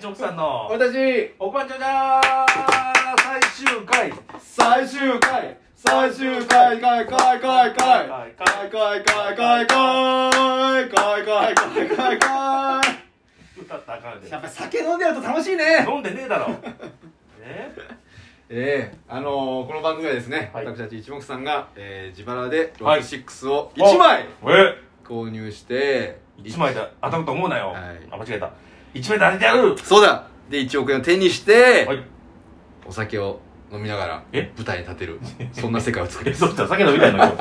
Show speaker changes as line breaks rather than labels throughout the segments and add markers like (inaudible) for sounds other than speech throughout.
チョクさんの
私
億万長者最終回
最終回最終回回回回回回回回回回回回回回回回
歌ったらあかんで
やっぱり酒飲んでると楽しいね
飲んでねえ
(laughs)
だろえ
ええあのーこの番組はですね、
はい
私たち一目さんが、えー自腹で
はい
66を1枚
え
購入して、
一枚で当たると思うなよ、
はい
あ間違えた一枚で当ててやる
そうだで1億円を手にして、
はい
お酒を飲みながら
え
舞台に立てるそんな世界を作
え
る
そっちは酒飲みたいの
(laughs)
よ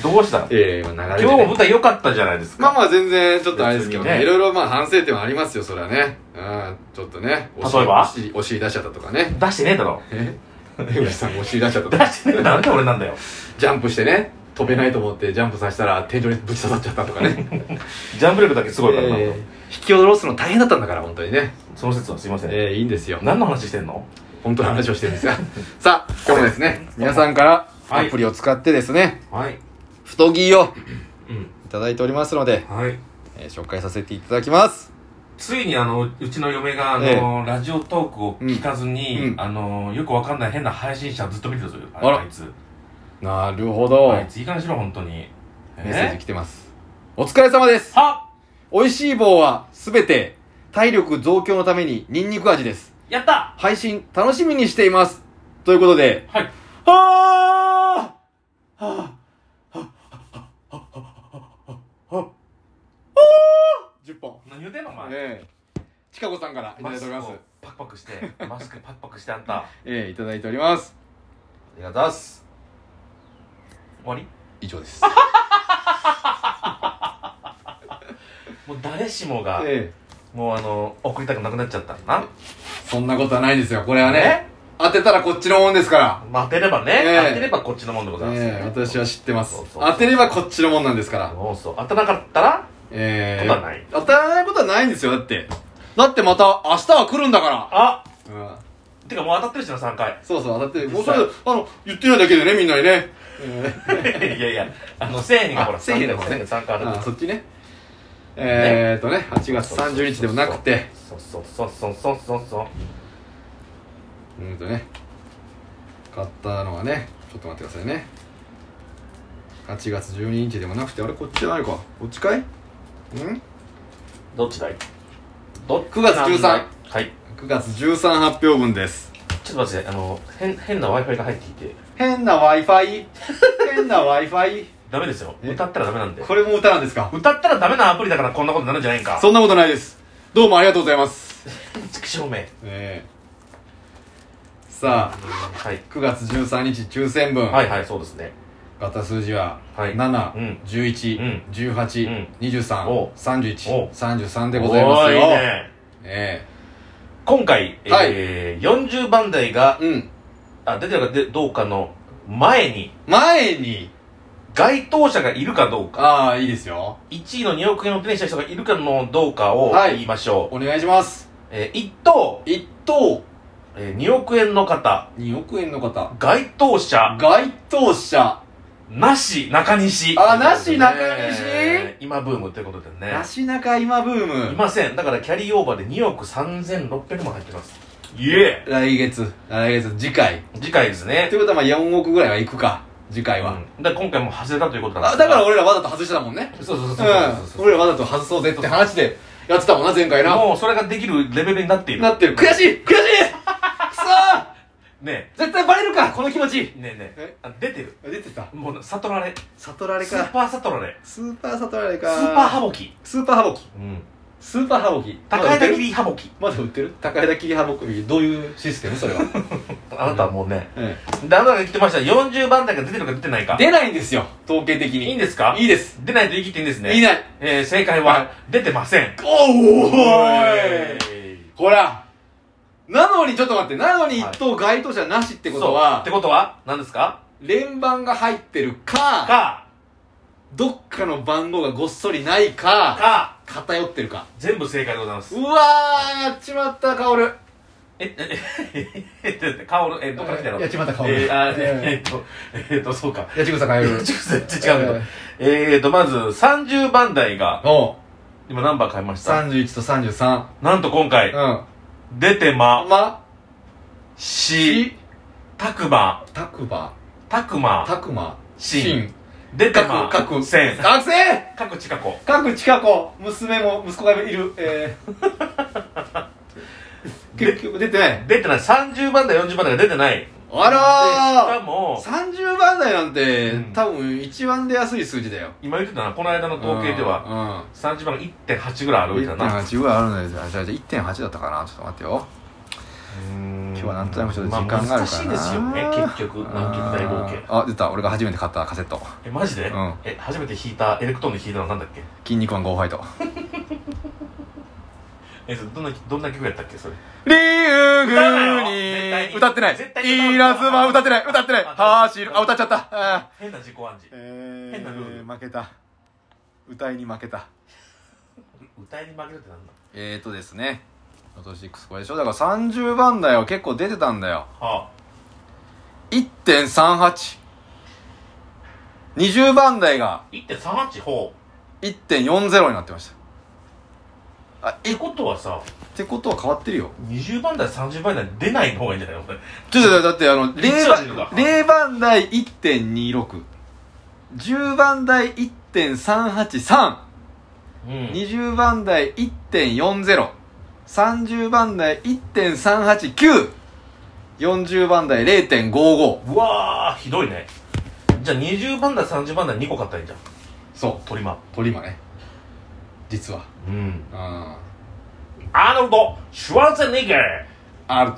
どうしたの
ええ今流れ
今
で、
日も
ね
舞、台良かったじゃないですか
まあまあ全然ちょっとあれですけどね
別にね
いろいろまあ反省点はありますよそれはねうんちょっとねお尻
例えば
お尻お尻出しちゃったとかね
出してねえだろ
え江口さんお尻出しちゃった
出
とか
してねえなんで俺なんだよ
ジャンプしてね飛べないと思ってジャンプさせたら天井にぶち刺さっちゃったとかね
(laughs) ジャンプ力だけすごいからな、
えー引き下ろすの大変だったんだから本当にね、
その説はすいません、
えーいいんですよ
何の話してんの
本当の話をしてるんですが (laughs) さあ今日もですね皆さんからアプリを使ってですね
はい
太着を
うん
いただいておりますので、
はい
えー紹介させていただきます
ついにあのうちの嫁があの、
え
ラジオトークを聞かずに、
うんうん
あのよくわかんない変な配信者をずっと見てたぞよ
あら
あいつ
なるほど
あい
メ
ついいかにしろ本当に
ッセージ
え
来てますお疲れ様です
は
美味しい棒はすべて体力増強のためにニンニク味です
やった
配信楽しみにしていますということで
はい
はあはあはあはあはあはあはあ10本
何言うてんのお前、
ええちかこさんからいただ
マ
いて
ス
おり
ク
ます
をパクパクして
(laughs)
マスクパクパクしてあんたあ
ええいただいております
りがとうございます終わり
以上です
もう誰しもが、
え
もうあの送りたくなくなっちゃったな
えそんなことはないですよこれはね当てたらこっちのもんですから
まあ当てればね、
ええ
当てればこっちのもんでございます、
ええ私は知ってます
そうそうそう
当てればこっちのもんなんですから
そうそう当たらなかったら
ええ
ことはない
当たらないことはないんですよだってだってまた明日は来るんだか
あ
らうん
てかもう当たってるしな3回
そうそう当たってるもう
実
そ
際
れあの言ってないだけでねみんなにねええ
いやいや、あの、1000円がほら、
あ1000円
だ
だもんね
参加ある
あそっちねえー、っとね8月30日でもなくて。
そうそうそうそうそうそうそう。
うんとね買ったのはねちょっと待ってくださいね8月12日でもなくてあれこっちじゃないかこっちかいん
どっちだいど
9月13
なんだいはい。
?9 月13発表分です
ちょっと待って、あの、変、変な Wi-Fi が入ってきて、
変な w i f i 変な w i
(laughs)
f i
ダメですよ。
え
歌ったらダメなんで。
これも歌なんですか
歌ったらダメなアプリだからこんなことになるんじゃないんか。
そんなことないですどうもありがとうございます
畜生め。
えー、さあ
はい。
9月13日抽選分
はいはい、そうですね。
買った数字は、
はい
7、
うん
11、
うん
18、
うん
23
おう、お
31
う、
33でございますよ。
おーいね。
え
今回、
は
えー、40番台が
え、うん。
あ、出てるかでどうかの前に、
前に、
該当者がいるかどうか、
ああ、いいですよ。
1位の2億円を手にした人がいるかのどうかを
はい
言いましょう。
お願いします。
えー、1等、
1等、
えー、2億円の方、
2億円の方。
該当者、
該当者、
なし、中西。
あなし
ということでね
中西
えー今ブームということでね。
なしなか今ブー
い
ム。
ません。だからキャリーオーバーで2億3600万入ってます。いえ
来月、来月、次回。
次回ですね
と。いうことは、まあ4億ぐらいは行くか、次回は。
うんだから今回も外れたということなん
あ
です
だ
が
から、俺らわざと外してたもんね。
そうそうそう
う
そ
ん
うそうそう。
俺らわざと外そうぜって話でやってたもんな、前回な。
もうそれができるレベルになっている。
なってる。悔しい悔しいくそー
ね
絶対バレるかこの気持ち
え、ねえねえ
え。
あ出てる。
出てた
もう悟られ。
悟られ
スー
か
パー悟られ。
スーパー悟られ
ス
か
ーパーハボキ。
スーパーハボキ
うん。
スーパーハボキ
高枝切
り
りハボキ。
まだ売ってる高枝切りハボキどういうシステムそれは、
あなたはもうね、
(laughs) ええ
であなたが言ってました40番台が出てるか出てないか。
出ないんですよ統計的に
いいんですか
いいです
出ないと言い切っていいんですね。
いない
えー、正解
は
は、出てません。
おー
え
いほらなのにちょっと待ってなのに
はい
一等該当者なしっ
って
ことは
ってことは何ですか
連番が入ってるか
か、
どっかの番号がごっそりないか
か、
偏ってるか
全部正解でございます。
うわーやっちまったカオル
え、え、え、え、え、え、カオル、え、どっから来たの
やっちまったカオル
えー、あー、え
えー
ーっと、えーっと、そうか。
八草カ
違
エ
う、違う、違う
ル
けど。えーっと、まず、30番台が、
(laughs) おう
今ナンバー変えました。
31と33
なんと今回、
うん
出てま、
ま
し、たくま、
たくば
たくま、
たくま
しん
しん
出てま
か、くかく
せん、
学生
かくちかこ。
かくちかこ娘も息子がいるえー、 (laughs) 結局出てない
出てない。30番台、40番台が出てない。
あ
でし
ら
かも、
ー30番台なんて、
うん
多分一番出やすい数字だよ
今言ってたな、この間の統計では、
は
30番が1.8ぐらいあ
うん
るみたいな。
1.8ぐらいあるんですよじゃあじゃあ1.8だったかなちょっと待ってよ
今
今日はなんとなくちょっと時間があるからな
難しいですよね、結局。南極大冒険。
あ出た俺が初めて買ったカセット
え、マジで
うん
え、初めて弾いた、エレクトーンで弾いたのはなんだっけ
「筋肉マンゴーファイト
え、それどんな、どんな曲やったっけそれ。」
リュウグ
絶対
ウ
に
に歌ってない
絶対に歌うな
イラズマ歌ってない歌ってない
あ
走るあ歌っちゃったあー
変な自己暗示。
え
変なルー
負けた歌いに負けた
歌いに負けるってなんだ
えーとですねロト6これでしょだから30番台は結構出てたんだよ
は
1.3820番台
あ。
が
1.38ほう。
1.40になってましたあ
っ
えって
ことはさ、
てことは変わってるよ
20番台、30番台出ない方がいいんじゃないこれ。
ちょっとだってあの0
出る
番
か
0番台1.2610番台1.383
うん。
20番台1.4030番台1.38940番台0.55
うわー、ひどいね。じゃあ20番台、30番台2個買ったらいいじゃん。
そ
トリマ。
う鳥間ね実は
うん。
あ
アーノルド・シュワルツェネッガー。
ある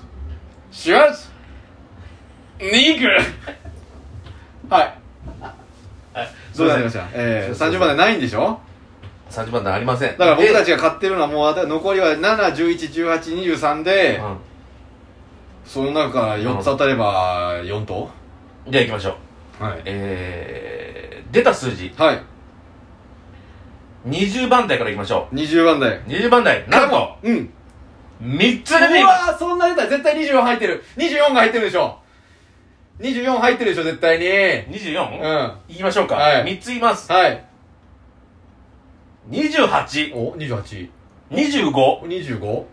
シュワッツニグはいどうなりましたえー、
そうそう
30番台ないんでしょ
30番台ありません。
だから僕た
ち、
ちが買ってるのはもうあた残りは7111823で、
うん
その中から4つ当たれば4等
じゃあ行きましょう。
はい
えー、出た数字、
はい
20番台から行きましょ
20番台
う。20番台、なんと、
うん
3つ
う
出ています。
わーそんな出たら絶対24入ってる24が入ってるでしょ24入ってるでしょ絶対にう
24?
んは
行きましょうか。
はい
3つ言います。
い
28、
お2825
25、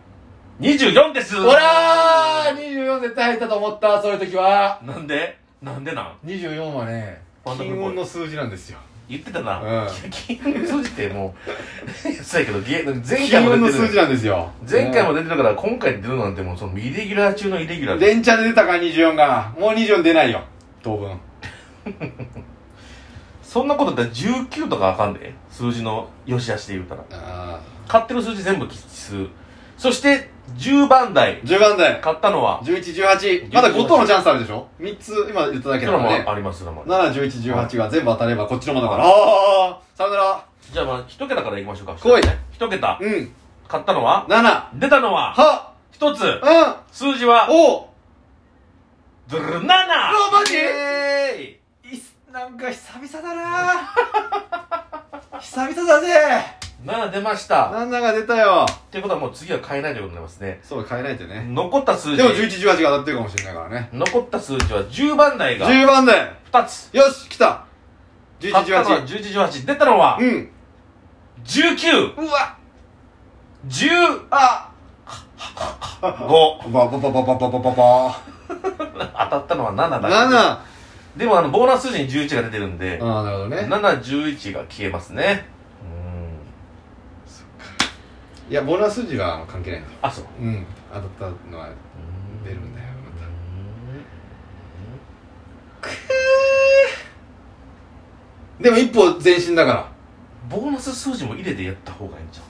24です。
ほらー24絶対入ったと思ったそういう時は
なんでなんでなん
24はね
ファンタム
金
ボーイ
運の数字なんですよ
言ってたな。
う
金運の数字ってもう、 (laughs) そうやけど、げ前
金
回
運
も
の
出て
数字
る。
なんですよ
前回も
ね
出てたから、今回出るなんてもう、その、イレギュラー中のイレギュラーで。
連チャンで出たから24がもう24出ないよ当分
そんなことだったら19とかあかんで。数字の良し悪しで言うたら。
あ
買ってる数字全部奇数。そして、10番台。
10番台
買ったのは、
1118まだ5等のチャンスあるでしょ3つ今言っただけ
今
だからね
もありますだもん。
71118が全部当たればこっちのものだからああさよなら
じゃあまあ、一桁からいきましょうか。
来い
一桁。
うん
買ったのは
7
出たのは
は
一つ
うん
数字は
おう
ドゥルル7
うわマジ
え
いっなんか久々だな久々だぜ
ーい !7 出ました。
7が出たよ
っていうことはもう次は変えないということになりますね。
そう変えないとね
残った数字
でも1118が当たってるかもしれないからね
残った数字は10番台が
10番で
2つ。
よし来た
買ったのは
1118
1118。出たのは
うん
19、
うわ
15。
あバババババババババ
(laughs) 当たったのは7だけ。
7
でもあの、ボーナス数字に11が出てるんで、
ああなるほどね
7、11が消えますね。うん。
いやボーナス数字は関係ないんだよ
あ、そう。
うん当たったのは出るんだよまた (laughs) でも一歩前進だから
ボーナス数字も入れてやった方がいいんじゃん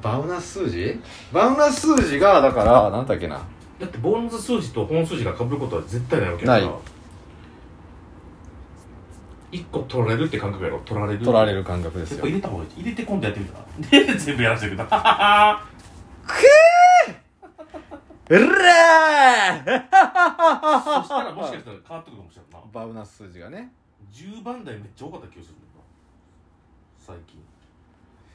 バウナス数字バウナス数字がだからなんだっけな
だってボーナス数字と本数字が被ることは絶対ないわけだから
ない
1個取られるって感覚やろ取られる
取られ
る
る感覚です
やっ
よ
ぱ入れた方がいい入れて今度やってみたらで (laughs) 全部やらせてくださ
うら
いそしたらもしかしたら変わってくるかもしれんな
バウナス数字がね
10番台めっちゃ多かった気がするんだよな最近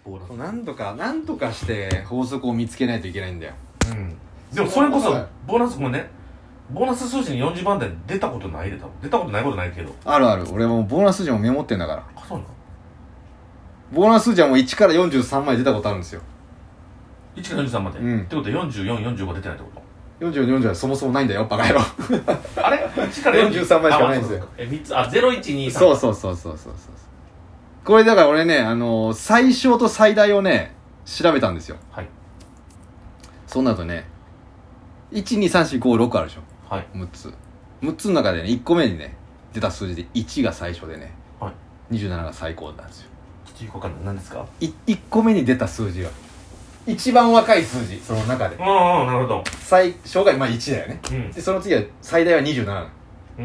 ボーナス
何とか何とかして法則を見つけないといけないんだよ
うんでもそれこそ
はい
ボーナスもねボーナス数字に40番台出たことないで多分出たことないことないけど
あるある俺もうボーナス数字もメモってんだから
あそうなの
ボーナス数字はもう1から43まで出たことあるんですよ
1から43まで、
うん
ってことは4445出てないってこ
4440はそもそもないんだよバカ野郎
とあれ1から
43までしかないんですよ
え3つあ0123
(laughs) そうそうそうそうそうそうこれだから俺ねあのー最小と最大をね調べたんですよ
はい
そうなるとね123456あるでしょ
はい
6つ6つの中でね1個目にね出た数字で1が最初でね、
は
27が最高なんですよ
ちょっとよくわかんない何ですか
い1個目に出た数字が一番若い数字その中で
うんうんなるほど
最小がまあ1だよね
うん
でその次は最大は272
う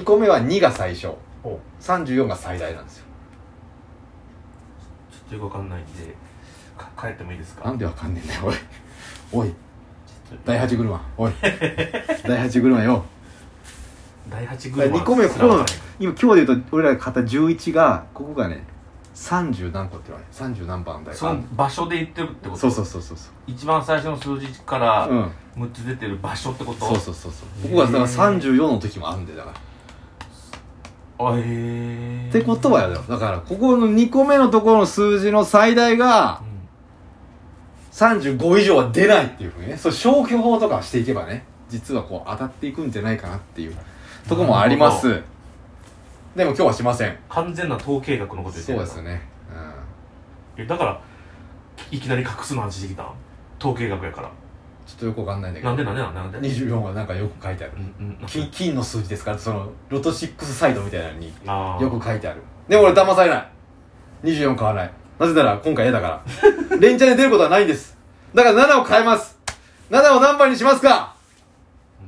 ん
個目は2が最小
お
34が最大なんですよ
ちょっとよくわかんないんでか帰ってもいいですか
(laughs) なんでわかんねえんだよ (laughs) おいおい
ちょっと
第8車おい第8車 (laughs) よ
第8グループ
2個目ここの今今日で言うと俺らが買った11がここがね30何個って言われ30何番だよ
その場所で言ってるってこと
そうそうそうそうそ
一番最初の数字か
うう
ら
ん
6つ出てる場所ってこと
そうそうそうそうここがだから34の時もあるんでだから
あへえ
ってことはよだからここの2個目のところの数字の最大が
うん
35以上は出ないっていうふうにねそう消去法とかしていけばね実はこう当たっていくんじゃないかなっていうとこもありますでも今日はしません
完全な統計学のこと言って
そう
る
ですよねうん
えだからいきなり画数の話してきたん統計学やから
ちょっとよくわかんないんだけ
なんで
ど
なんでなんでなんで
24はなんかよく書いてある
うんうん
金金の数字ですからそのロト6サイドみたいなのに
ああ
よく書いてあるでも俺騙されない24買わないなぜなら今回絵だから
(laughs)
連チャンで出ることはないんですだから7を変えます7を何番にしますか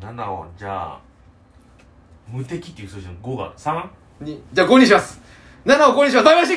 7をじゃあ無敵っていう数字の5が 3?
にじゃあ5にします7を5にしますダメ出し